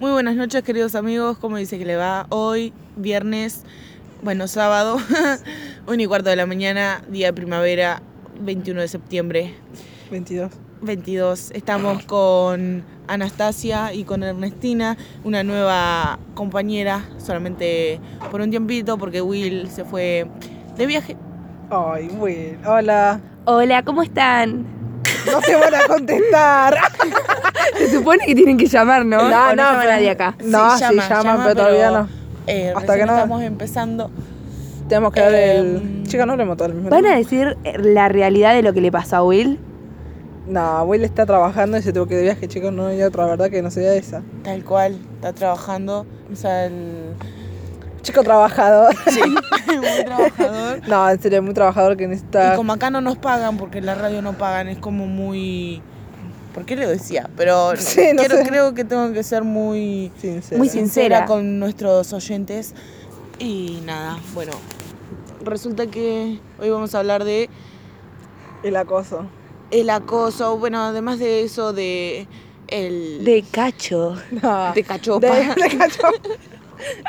Muy buenas noches, queridos amigos. ¿Cómo dice que le va? Hoy, viernes, bueno, sábado, 1 y cuarto de la mañana, día de primavera, 21 de septiembre, 22. 22. Estamos con Anastasia y con Ernestina, una nueva compañera, solamente por un tiempito, porque Will se fue de viaje. Ay, Will, hola. Hola, ¿cómo están? No te van a contestar. Se supone que tienen que llamar, ¿no? No, ¿O no, llama pero- nadie acá. No, sí, llaman, pero todavía no. eh, Hasta recién que no- estamos empezando. Tenemos que dar Em, el. Chica, no hablemos todo al mismo ¿Van a tiempo. decir eh, la realidad de lo que le pasó a Will? No, Will está trabajando y se tuvo que ir de viaje, chicos. No hay otra verdad que no sea esa. Tal cual, está trabajando. O sea, el... Chico trabajador. Sí, muy trabajador. No, en serio, muy trabajador que necesita. Y como acá no nos pagan, porque en la radio no pagan, es como muy... ¿Por qué lo decía? Pero Sí, no quiero- sé. creo que tengo que ser muy Sincero. Muy sin- sincera. Sincera. con nuestros oyentes. Y nada, bueno. Resulta que hoy vamos a hablar de El acoso. el acoso, bueno, además de eso, de el... De cacho. No. de cachopa. De- de cachopa.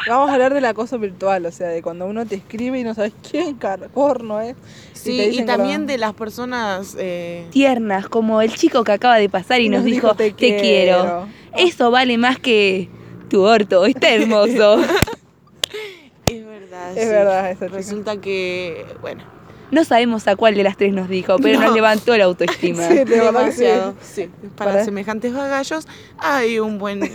Vamos a hablar del acoso virtual, o sea, de cuando uno te escribe y no sabes quién corno es. sí, te y, dicen que también lo- de las personas... eh, Tiernas, como el chico que acaba de pasar y, nos, dijo, te, quiero. Eso vale más que tu orto, está hermoso. es verdad. Es verdad eso, chica. Resulta que, bueno, no sabemos a cuál de las tres nos dijo, pero No. nos levantó la autoestima. Sí, de verdad que sí. demasiado. Sí. Para, Para- semejantes bagallos hay un buen...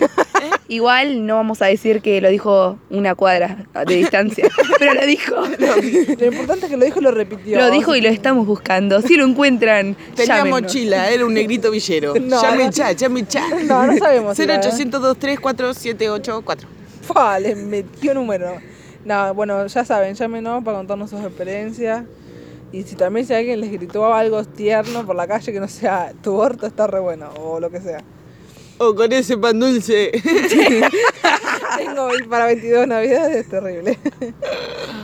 Igual no vamos a decir que lo dijo una cuadra de distancia, pero lo dijo. Lo importante es que lo dijo y lo repitió. Lo dijo y lo estamos buscando. Si lo encuentran, Tenía llámenos. mochila, era un negrito villero. No, llame no. ya, llame ya. No, no sabemos. si la- 0800-234-784. Fua, les metió número. No, bueno, ya saben, llámenos para contarnos sus experiencias. Y si también si alguien les gritó algo tierno por la calle que no sea tu orto está re bueno o lo que sea. O Oh, con ese pan dulce. Tengo hoy para 22 navidades, es terrible.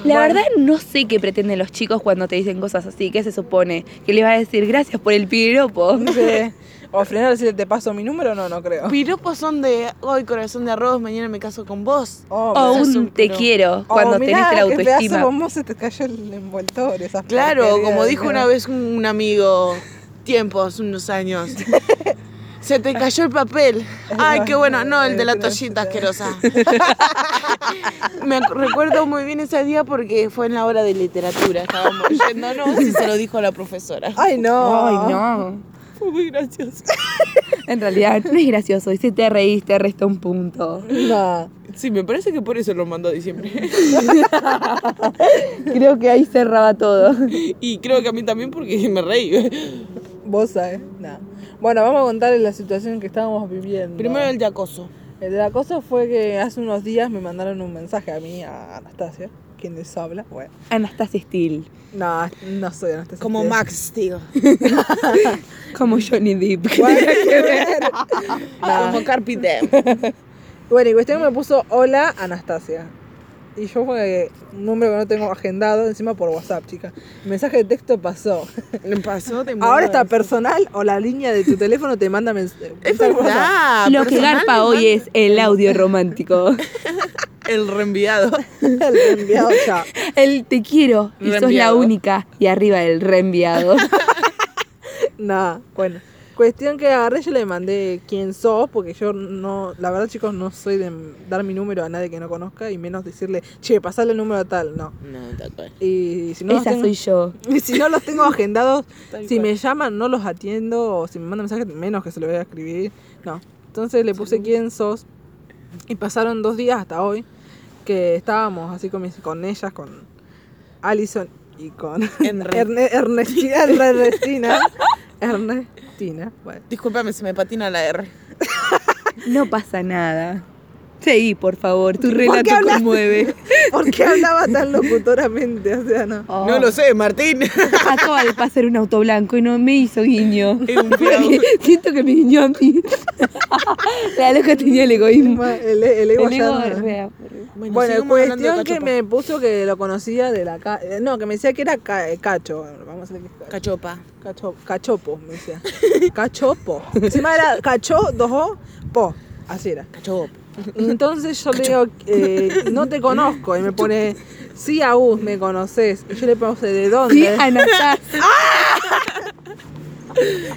La verdad no sé qué pretenden los chicos cuando te dicen cosas así. ¿Qué se supone? ¿Que les vas a decir gracias por el piropo? No sé, o frenar decirle te paso mi número, no, no creo. Piropos son de hoy corazón de arroz, mañana me caso con vos. Oh, O Ese es un un Oh, te piro- quiero o cuando mirá, tenés la qué pedazo de autoestima. bombón se te cayó el envoltorio. esas Claro, porquerías como de dijo mierda. una vez un, un amigo, tiempos, unos años. Se te cayó el papel. Ay, qué bueno. No, el de la toallita asquerosa. Me ac- recuerdo muy bien ese día porque fue en la hora de literatura. Estábamos yéndonos y se lo dijo la profesora. Ay, no. Ay, no. Fue muy gracioso. En realidad no es gracioso. Y si te reíste, resta un punto. No. Sí, me parece que por eso lo mandó a diciembre. Creo que ahí cerraba todo. Y creo que a mí también porque me reí. Vos sabés, nada. Bueno, vamos a contarles la situación que estábamos viviendo. Primero el de acoso. El de la cosa fue que hace unos días me mandaron un mensaje a mí, a Anastasia, quien les habla. Bueno, Anastasia Steele. no, no soy Anastasia. Como Ustedes- Max, digo. Como Johnny Depp. Como Carpiter. Bueno, y cuestión me puso hola Anastasia. Y yo fue un número que no tengo agendado, encima por WhatsApp, chica. El mensaje de texto pasó. Pasó de Ahora está moda. personal o la línea de tu teléfono te manda mensaje. Es verdad. Lo que personal garpa me hoy manda- es el audio romántico. El reenviado. El enviado ya. El te quiero y sos la Reenviado. única. Y arriba el reenviado. Nada, bueno. Cuestión que agarré, yo le mandé quién sos, porque yo no, la verdad chicos, no soy de dar mi número a nadie que no conozca y menos decirle, che, pasale el número a tal, no. No, tal cual. Y si no, los Esa tengo, soy yo. y si no los tengo agendados, Tal si cual. me llaman no los atiendo, o si me mandan mensajes, menos que se lo voy a escribir, no. Entonces le puse quién sos y pasaron dos días hasta hoy que estábamos así con, mis- con ellas, con Alison y con Enre- Erne- Ernestina, Ernestina, Ernestina, bueno. Disculpame, se me patina la R. No pasa nada. Seguí, por favor, tu qué relato hablas? conmueve. ¿Por qué hablaba tan locutoramente? O sea, no. Oh, No lo sé, Martín. Acaba de pasar un auto blanco y no me hizo guiño. Era un Pero piau. que- Siento que me guiñó a mí. La loca tenía el egoísmo. El, E, el ego El ya ego no- es re aburrido. Bueno, sigamos hablando cuestión de que cachopa. me puso que lo conocía de la ca- eh, No, que me decía que era ca- eh, cacho. Vamos a ver qué es cacho. Cachopa. Cacho- Cachopo, me decía. Cachopo. Encima era cacho, dos o, po. Así era. Cachopa. Entonces yo le digo, eh, no te conozco. Y me pone, sí, Agus, me conoces. Y yo le puse, ¿de dónde? Sí, Anastasia.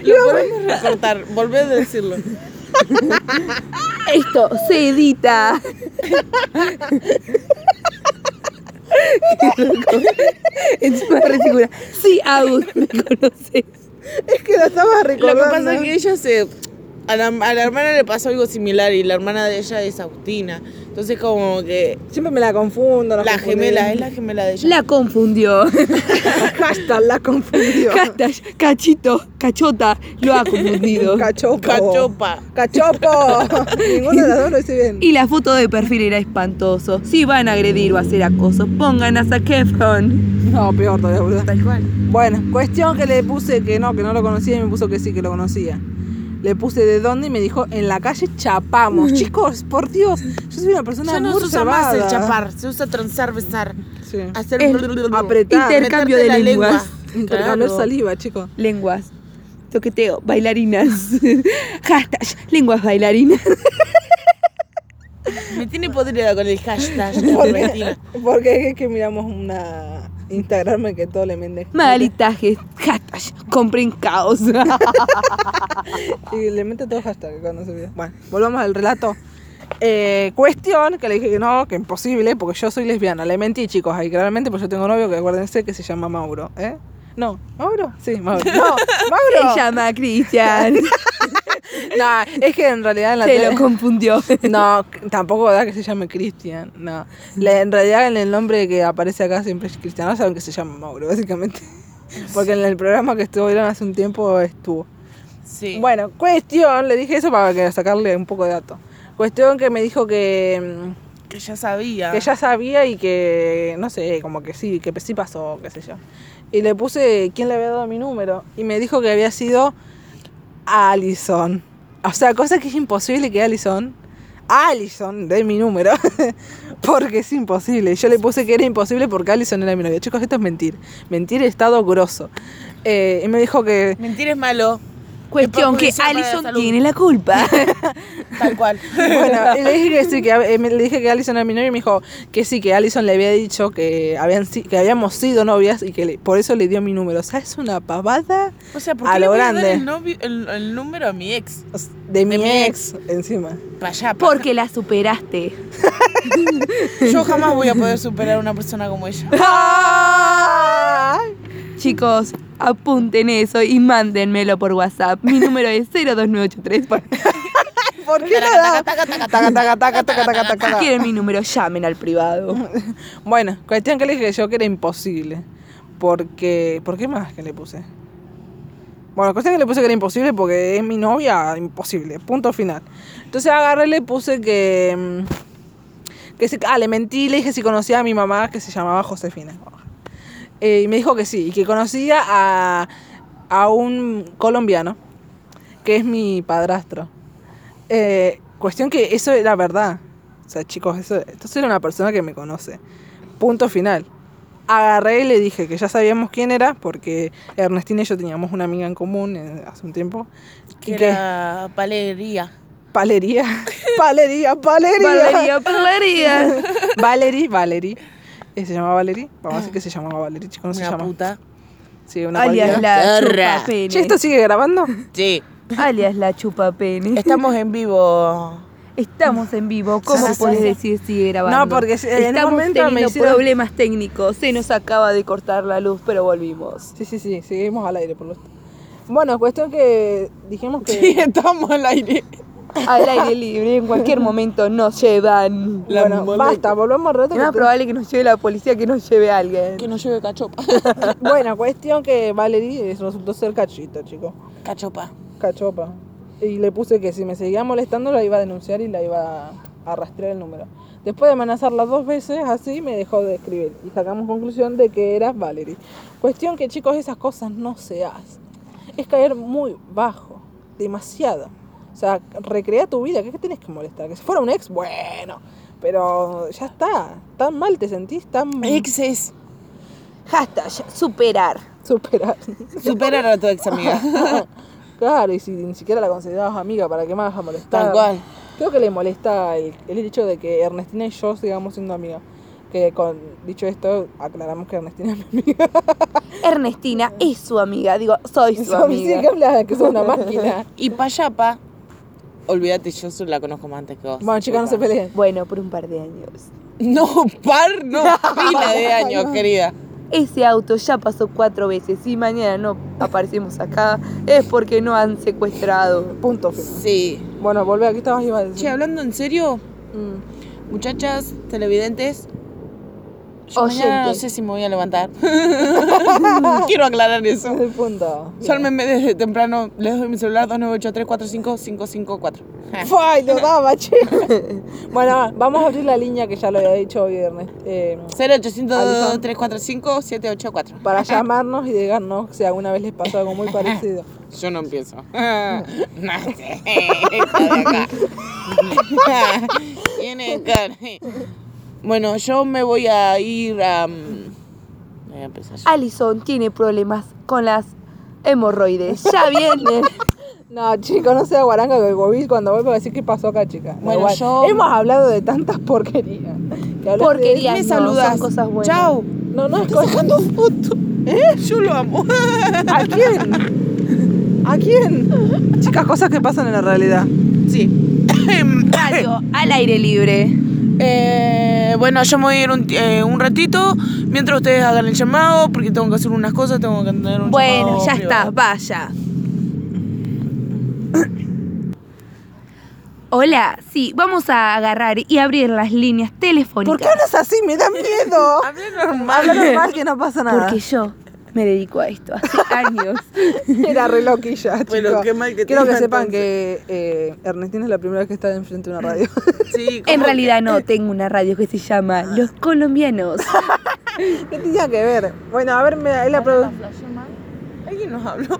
Lo podemos recortar, volver a decirlo. Esto se edita. Qué loco. es más ridícula. Sí, Agus, me conoces. Es que la estaba Lo recordando. que pasa es que ella se. A la, a la hermana le pasó algo similar y la hermana de ella es Agustina. Entonces, como que. Siempre me la confundo. nos La confundimos. gemela, ¿eh? es la gemela de ella. La confundió. Hashtag la confundió. Hashtag, cachito, cachota, lo ha confundido. Cachopo. Cachopa. Cachopo. Ninguno de las dos lo dice bien. Y la foto de perfil era espantoso. Si van a agredir o hacer acoso, pongan a Zac Efron. No, peor todavía, boludo. Tal cual. Bueno, cuestión que le puse que no, que no lo conocía y me puso que sí, que lo conocía. Le puse de dónde y me dijo, en la calle chapamos. Chicos, por Dios, yo soy una persona Ya no muy se usa más el reservada. chapar, se usa transar, besar. Sí. Hacer. Es apretar, meterte intercambio de la lengua. lenguas. Intercambiar Claro. saliva, chicos. Lenguas. Toqueteo, bailarinas. Hashtag, lenguas bailarinas. Me tiene podrida con el hashtag de Argentina. Porque es que miramos una Instagram en que todo le mete Malitajes. Hashtag, compren caos. Y le mete todo hashtag cuando se ve. Bueno, volvamos al relato. Eh, cuestión que le dije que no, que imposible, porque yo soy lesbiana. Le mentí, chicos, ahí claramente, porque yo tengo novio que acuérdense que se llama Mauro, ¿eh? No, ¿Mauro? Sí, Mauro. No, Mauro. Se llama Cristian. No, es que en realidad en la Se tele- lo confundió. No, tampoco da que se llame Cristian, no. La- en realidad en el nombre que aparece acá siempre es Cristian, no saben que se llama Mauro, básicamente. Porque en el programa que estuvieron hace un tiempo estuvo. Sí. Bueno, cuestión, le dije eso para que sacarle un poco de dato. Cuestión que me dijo que, mm, que ya sabía. que ya sabía y que, no sé, como que sí, que sí pasó, qué sé yo. Y le puse quién le había dado mi número y me dijo que había sido Allison. O sea, cosa que es imposible que Allison, Allison, dé mi número, porque es imposible. Yo le puse que era imposible porque Allison era mi novia. Chicos, esto es mentir. Mentir estado grosso. Eh, y me dijo que Mentir es malo, Cuestión que perjudicial para la Allison salud. tiene la culpa. tal cual. Bueno, y le dije que sí, que eh, me- le dije que Alison era mi novia y me dijo que sí, que Alison le había dicho que habían si- que habíamos sido novias y que le- por eso le dio mi número. O sea, es una pavada O sea, ¿por A qué le lo voy a dar grande. el, novio- el- el número a mi ex? de mi, mi ex, encima. Para allá. pa' Porque la superaste. Yo jamás voy a poder superar a una persona como ella. Chicos, apunten eso y mándenmelo por WhatsApp. Mi número es 02983. Bueno, ¿Por qué no da? Taca, taca, taca, taca, taca, Si taca. quieren mi número, llamen al privado. Bueno, cuestión que le dije que yo que era imposible. Porque. ¿Por qué más que le puse? Bueno, cuestión que le puse que era imposible porque es mi novia, imposible. Punto final. Entonces agarré y le puse que. mm, que se, ah, le mentí, le dije si conocía a mi mamá que se llamaba Josefina. Eh, y me dijo que sí, y que conocía a, a un colombiano, que es mi padrastro. Eh, cuestión que eso era verdad. O sea, chicos, eso, entonces era una persona que me conoce. Punto final. Agarré y le dije que ya sabíamos quién era, porque Ernestina y yo teníamos una amiga en común eh, hace un tiempo. Que y que era palería. Palería, palería, palería. Valeria, Valeria. Valerie, Valerie. Eh, ¿Se llama Valerie? Vamos a decir que se llamaba Valerie, chicos, no se una llama. puta. Sí, una Alias cualquiera. la Perra. chupapene. Che, ¿esto sigue grabando? Sí. Alias la chupapene. Estamos en vivo. Estamos en vivo. ¿Cómo Sí, sí, podés sí. decir sigue grabando? No, porque si- en un Estamos momento me teniendo hicieron- problemas técnicos. Se nos acaba de cortar la luz, pero volvimos. Sí, sí, sí, seguimos al aire, por lo tanto. Bueno, cuestión que dijimos que... estamos al aire. Al aire libre, en cualquier momento nos llevan. La bueno, mola- basta, volvamos al rato. Es más que- probable que nos lleve la policía que nos lleve alguien. Que nos lleve cachopa. Bueno, cuestión que Valerie eh, resultó ser cachito, chicos. Cachopa. Cachopa. Y le puse que si me seguía molestando la iba a denunciar y la iba a rastrear el número. Después de amenazarla dos veces, así me dejó de escribir. Y sacamos conclusión de que era Valerie. Cuestión que, chicos, esas cosas no se hacen. Es caer muy bajo. Demasiado. O sea, recrea tu vida. ¿Qué, qué tenés que molestar? Que si fuera un ex, bueno. Pero ya está. Tan mal te sentís, tan... Ex es. Hashtag superar. Superar. Superar a tu ex amiga. claro, y si ni siquiera la considerabas amiga, ¿para qué más vas a molestar? Tal cual. Creo que le molesta el, el hecho de que Ernestina y yo sigamos siendo amigas. Que con dicho esto, aclaramos que Ernestina es mi amiga. Ernestina es su amiga, digo, soy su Eso me dice amiga. que habla que sos una máquina. Y Payapa, olvídate, yo solo la conozco más antes que vos. Bueno, chicas, no se peleen. Bueno, por un par de años. No, par, no, pila de años, querida. Ese auto ya pasó cuatro veces. Si mañana no aparecemos acá, es porque no han secuestrado. Punto. final. Sí. Bueno, volvé, aquí estabas iba a decir. Che, hablando en serio, Mm. muchachas, televidentes. Yo Oyentes. mañana no sé si me voy a levantar. Quiero aclarar eso. Es el punto. Bien. Sálmenme desde temprano. Les doy mi celular 2983-45554. Fai, lo daba, che. bueno, vamos a abrir la línea que ya lo había dicho hoy, Ernest. eh, 0800-345-784. para llamarnos y digarnos si alguna vez les pasó algo muy parecido. Yo no empiezo. no sé. Estoy acá. Tiene cara. Bueno, yo me voy a ir a. mm, Voy a empezar. yo. Alison tiene problemas con las hemorroides. Ya vienen. No, chicos, no sea guaranga que el Bobby cuando vuelva va a decir qué pasó acá, chica. Da Bueno, igual. yo- Hemos hablado de tantas porquerías. que hablaste Porquería. Me no, saludas. son cosas buenas. Chau. de- No, no, es Estoy cosa. sacando foto. ¿Eh? Yo lo amo. ¿A quién? ¿A quién? Chicas, cosas que pasan en la realidad. Sí. Radio al aire libre. Eh, bueno, yo me voy a ir un, eh, un ratito mientras ustedes hagan el llamado porque tengo que hacer unas cosas, tengo que tener un Bueno, llamado ya está, privado. vaya. Hola, sí, vamos a agarrar y abrir las líneas telefónicas. ¿Por qué hablas así? Me da miedo. Hablé normal. Habla normal que no pasa nada. Porque yo me dedico a esto hace años. Era re loquilla, Bueno, chicos. qué mal que te Quiero que iba sepan entonces. que eh, Ernestina es la primera vez que está enfrente de una radio. Sí, En ¿cómo? realidad no, tengo una radio que se llama Ah. Los Colombianos. ¿Qué tenía que ver? Bueno, a ver, me- ahí la produ- Alguien nos habló. ¿Eh?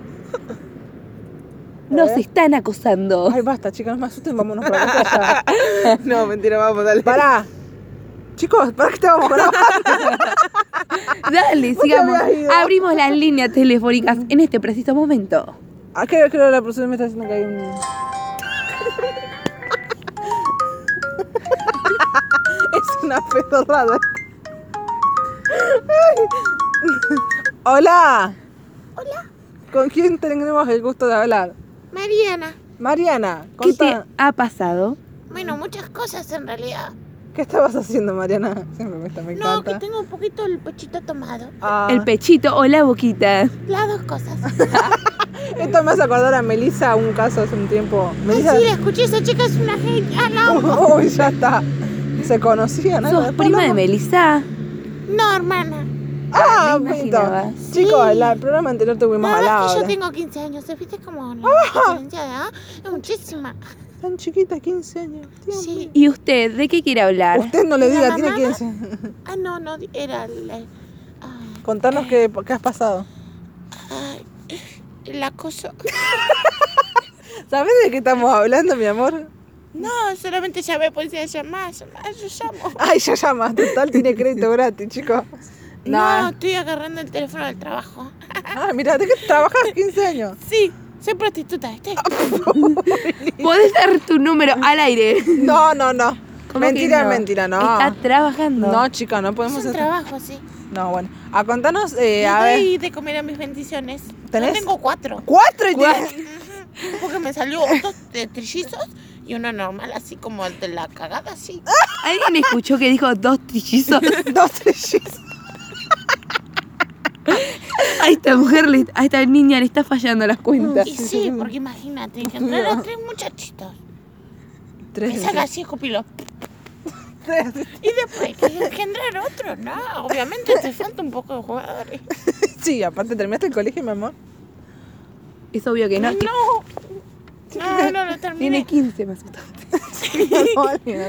Nos están acosando. Ay, basta, chicas, no me asusten, vámonos para la casa. No, mentira, vamos, dale. Pará. Chicos, ¿para qué estábamos grabando? Dale, te sigamos. habías ido. Abrimos las líneas telefónicas en este preciso momento. Ah, creo, creo que la profesora me está diciendo que hay un... es una pedorrada. Ay. Hola. Hola. ¿Con quién tenemos el gusto de hablar? Mariana, Mariana, ¿Qué te contá- ha pasado? bueno, muchas cosas en realidad. ¿Qué estabas haciendo, Mariana? Siempre me, está- me No, encanta. que tengo un poquito el pechito tomado. Ah, ¿El pechito o la boquita? Las dos cosas. esto me hace acordar a Melissa, un caso hace un tiempo. Ay, Melissa. Ah, sí, la escuché, esa chica es una genia. Ah, la amo. Uy, Oh, ya está. Se conocían. ¿no? ¿Sos Después prima de hablamos. Melissa? No, hermana. Ah, me pinto. imaginaba. Chicos, la- el programa anterior tuvimos Nada al más que lado. yo tengo 15 años. ¿Se viste como la Ah. diferencia de edad? Es muchísima. Tan chiquita, 15 años. Dios mío. Sí. ¿Y usted de qué quiere hablar? Usted no le ¿La diga, tiene mamá? 15. Ah, no, no, era la... ah, Contanos qué, qué has pasado. ah, el acoso. ¿Sabes de qué estamos hablando, mi amor? No, solamente pues, llamé, policía, llamar, llamar, yo llamo. Ay, ya llama. Total, tiene crédito gratis, chicos. No, No. eh. estoy agarrando el teléfono del trabajo. Ah, mira, ¿de qué trabajas 15 años? Sí, soy prostituta, ¿viste? Ah, ¿Podés dar tu número al aire? No, no, no. ¿Cómo Mentira, que no? mentira, no. Está trabajando. No, chica, no Es podemos un hacer. trabajo, sí. No, bueno. A contanos, eh, Les a ver. doy de comer a mis bendiciones. ¿Tenés? Yo tengo cuatro. Cuatro y Cuatro. te- Porque me salió dos de trillizos y uno normal, así como el de la cagada, así. ¿Alguien escuchó que dijo dos trillizos? dos trillizos. A esta mujer, le- a esta niña le está fallando las cuentas. Mm, Y sí, porque imagínate, engendrar a tres muchachitos. Tres. Esa así escupilo. Y después que engendrar otro, no. Obviamente te falta un poco de jugadores. Sí, aparte terminaste el colegio, mi amor. Es obvio que no. No. No, no lo Tiene terminé. 15, me asustaste.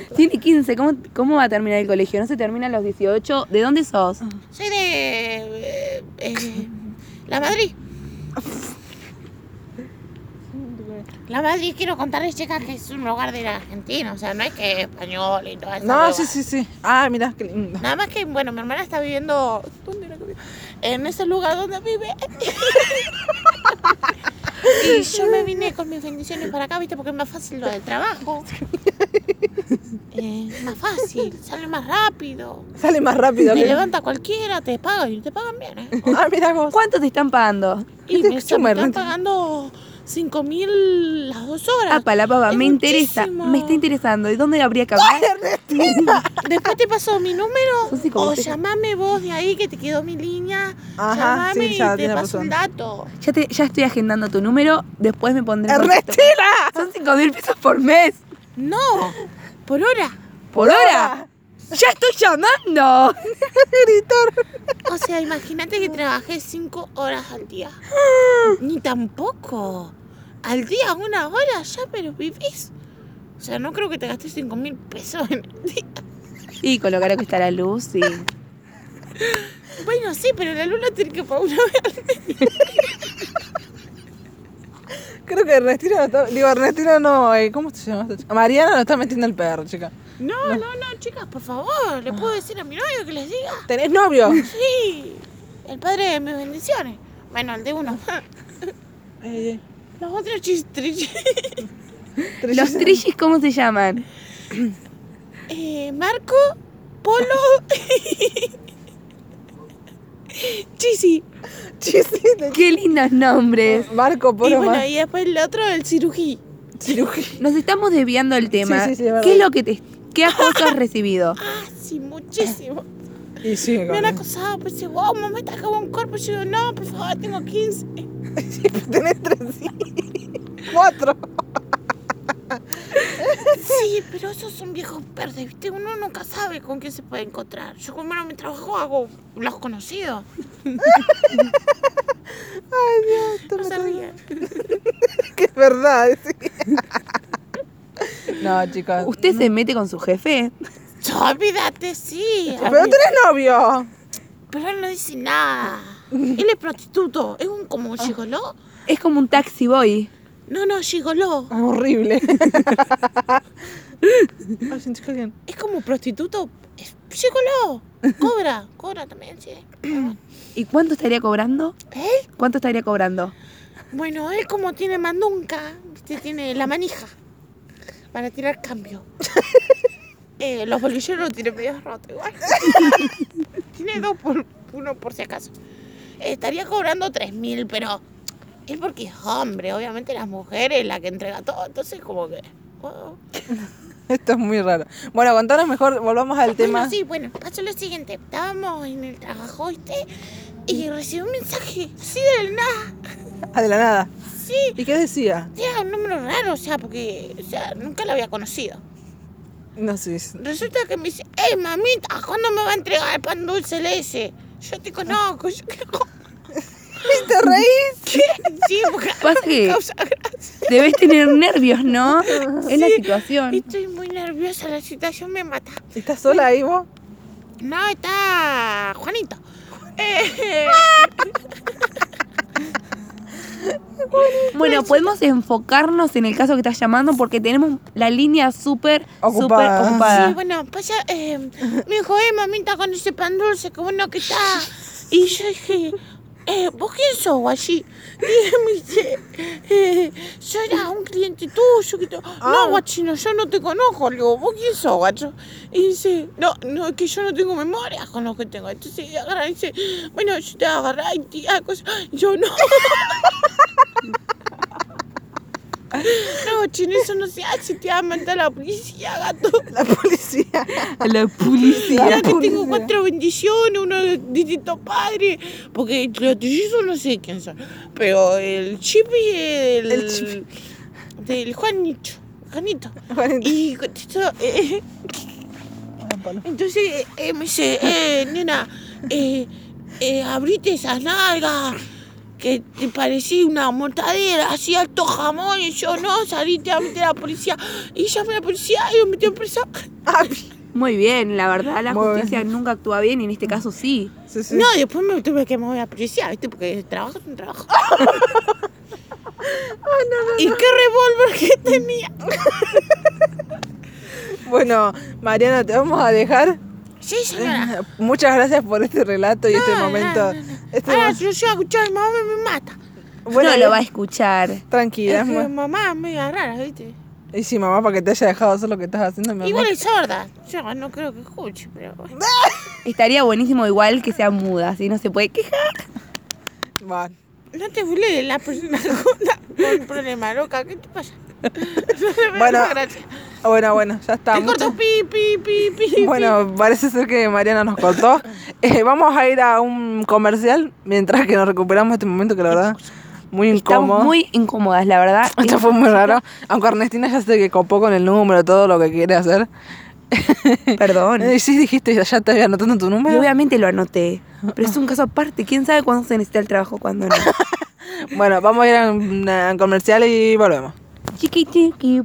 Tiene 15, ¿Cómo, ¿cómo va a terminar el colegio? ¿No se termina a los 18? ¿De dónde sos? Soy de. eh, eh, la Madrid. La Madrid, quiero contarles, chicas, que es un lugar de la Argentina. O sea, no es que es español y todo eso. No, sí, sí, sí. Ah, mirá, qué lindo. Nada más que, bueno, mi hermana está viviendo. ¿Dónde era que vive? En ese lugar donde vive. Y yo me vine con mis bendiciones para acá, ¿viste? Porque es más fácil lo del trabajo. Eh, más fácil, sale más rápido. Sale más rápido. Te que- levanta cualquiera, te pagan y te pagan bien. ¿eh? Ah, mira vos. ¿Cuánto te están pagando? Y Este me están chumer, me están ¿no? pagando 5 mil las dos horas. Ah, palabra, Es me interesa, muchísimo. me está interesando. ¿Y dónde habría que hablar? Después te paso mi número Son o psicopáticas. llamame vos de ahí que te quedó mi línea. Ajá, llamame sí, ya y te tiene paso un razón. dato. Ya, te- ya estoy agendando tu número, después me pondré. en contacto. ¡Ernestina! Son 5 mil pesos por mes. No, por hora. ¿Por hora? ¡Ya estoy llamando! O sea, imagínate que trabajé 5 horas al día. Ni tampoco. Al día una hora ya, pero vivís. O sea, no creo que te gastes 5 mil pesos en el día. Y con lo caro que está la luz y. Bueno, sí, pero la luna tiene que pagar una vez. Creo que Ernestina no está... Digo, Ernestina no... eh, ¿Cómo se llama esta chica? Mariana no está metiendo el perro, chica. No, no, no, chicas, por favor. Ah. ¿Le puedo decir a mi novio que les diga? ¿Tenés novio? Sí. El padre de mis bendiciones. Bueno, el de uno. Ah. Eh, Los otros chistriches. ¿Los trillis cómo se llaman? Eh, Marco, Polo. Chisi. Chisite. ¡Qué lindos nombres! Marco Y Polo bueno, más y después el otro, el cirují. cirugía. Nos estamos desviando del tema. sí, sí, es verdad. ¿Qué es lo que te. ¿Qué acoso has recibido? Ah, sí, muchísimo. Ah. Y sí, Me han acosado, pues dice, wow, mamá, te acabó un cuerpo. Y yo, no, por favor, tengo 15. Tenés tres Cuatro. Sí, pero esos son viejos verdes, ¿viste? Uno nunca sabe con quién se puede encontrar. Yo, como no me trabajo, hago los conocidos. Te No se meto- rían. que es verdad, sí. No, chicas. ¿Usted se mete con su jefe? Yo, olvídate, sí. Ah, Pero tenés novio. Pero él no dice nada. Él es prostituto. Es un Ah. como un gigoló. Es como un taxi boy. No, no, gigoló. Horrible. Ay, sin chica, bien. Es como prostituto. Es gigoló. Cobra. Cobra también, sí. ¿Y cuánto estaría cobrando? ¿Eh? ¿Cuánto estaría cobrando? Bueno, él como tiene mandunca, ¿viste? tiene la manija para tirar cambio. Eh, los bolilleros los tiene medio roto igual. tiene dos por uno por si acaso. Eh, estaría cobrando tres mil, pero es porque es hombre. Obviamente las mujeres la que entrega todo, entonces como que... oh. Esto es muy raro. Bueno, contanos mejor, volvamos al tema. Bueno, sí, bueno, pasó lo siguiente. Estábamos en el trabajo, ¿viste? Y recibí un mensaje así de la nada. Ah, de la nada. Sí, ¿Y qué decía? era un número raro, o sea, porque o sea, nunca lo había conocido. No sé. es- Resulta que me dice, hey mamita, ¿cuándo me va a entregar el pan dulce el ese? Yo te conozco, yo creo ¿Y te reís? que sí, porque Pasa que- me causa gracia. Debes tener nervios, ¿no? Es la situación. Estoy muy nerviosa, la situación me mata. ¿Estás sola ahí vos? No, está Juanito. Eh, Bueno, podemos enfocarnos en el caso que estás llamando porque tenemos la línea súper, súper Ocupada. sí, ocupada. bueno, pasa, eh, me dijo, hey mamita, con ese pan dulce, qué bueno que está. Y yo dije, eh, ¿vos quién sos allí? Y él me dice, eh, yo era un cliente tuyo. Que te- Ah. No, guachino, yo no te conozco. Le digo, ¿vos quién sos, guacho? Y dice, no, no, es que yo no tengo memoria con lo que tengo. Entonces agarra y dice, bueno, yo te agarré y te hago eso. Y yo, no. No, chino, eso no se hace, te va a mandar la policía, gato. La policía. A la policía. Ahora que tengo Policía. cuatro bendiciones, uno de distintos padres, porque los trillizos no sé quién son, pero el chip y el, El Chipi. del Juanito, Juanito. Juanito. Y con esto, eh, entonces eh, me dice, eh, nena, eh, eh, abrite esas nalgas, que te parecía una mortadera, así alto jamón, y yo no, salí, te a meter a la policía, y llamé a la policía y lo metió presa. Ah, bien. Muy bien, la verdad, la Muy bien. justicia nunca actúa bien y en este caso sí. Sí, sí. No, después me tuve que mover a la policía, ¿viste? Porque el trabajo es un trabajo. ¿Y qué revólver que tenía? Bueno, Mariana, te vamos a dejar. Sí, señora. Muchas gracias por este relato y este No, no, momento. no, no. Este Ahora, mo- si yo llego a escuchar, mi mamá me mata. no lo va a escuchar. Tranquila, Es es que muy- mamá es media rara, ¿viste? Y si mamá, para que te haya dejado hacer lo que estás haciendo, mi Igual amor. es sorda. Yo no creo que escuche, pero bueno. Estaría buenísimo igual que sea muda, si no se puede quejar. Bueno. No te burles de la persona con con problema, loca. ¿Qué te pasa? No me Bueno, hagas gracia. Bueno, bueno, ya está. Te corto pi, pi, pi, pi. Bueno, parece ser que Mariana nos contó. Eh, vamos a ir a un comercial mientras que nos recuperamos de este momento que la verdad muy incómodo. Estamos muy incómodas, la verdad. Esto fue muy raro. Aunque Ernestina ya se que copó con el número, todo lo que quiere hacer. Perdón. Eh, sí dijiste, ya te había anotando tu Y número. obviamente lo anoté. Pero es un caso aparte. ¿Quién sabe cuándo se necesita el trabajo, cuándo no? Bueno, vamos a ir a un a un comercial y volvemos. Chiqui, chiqui,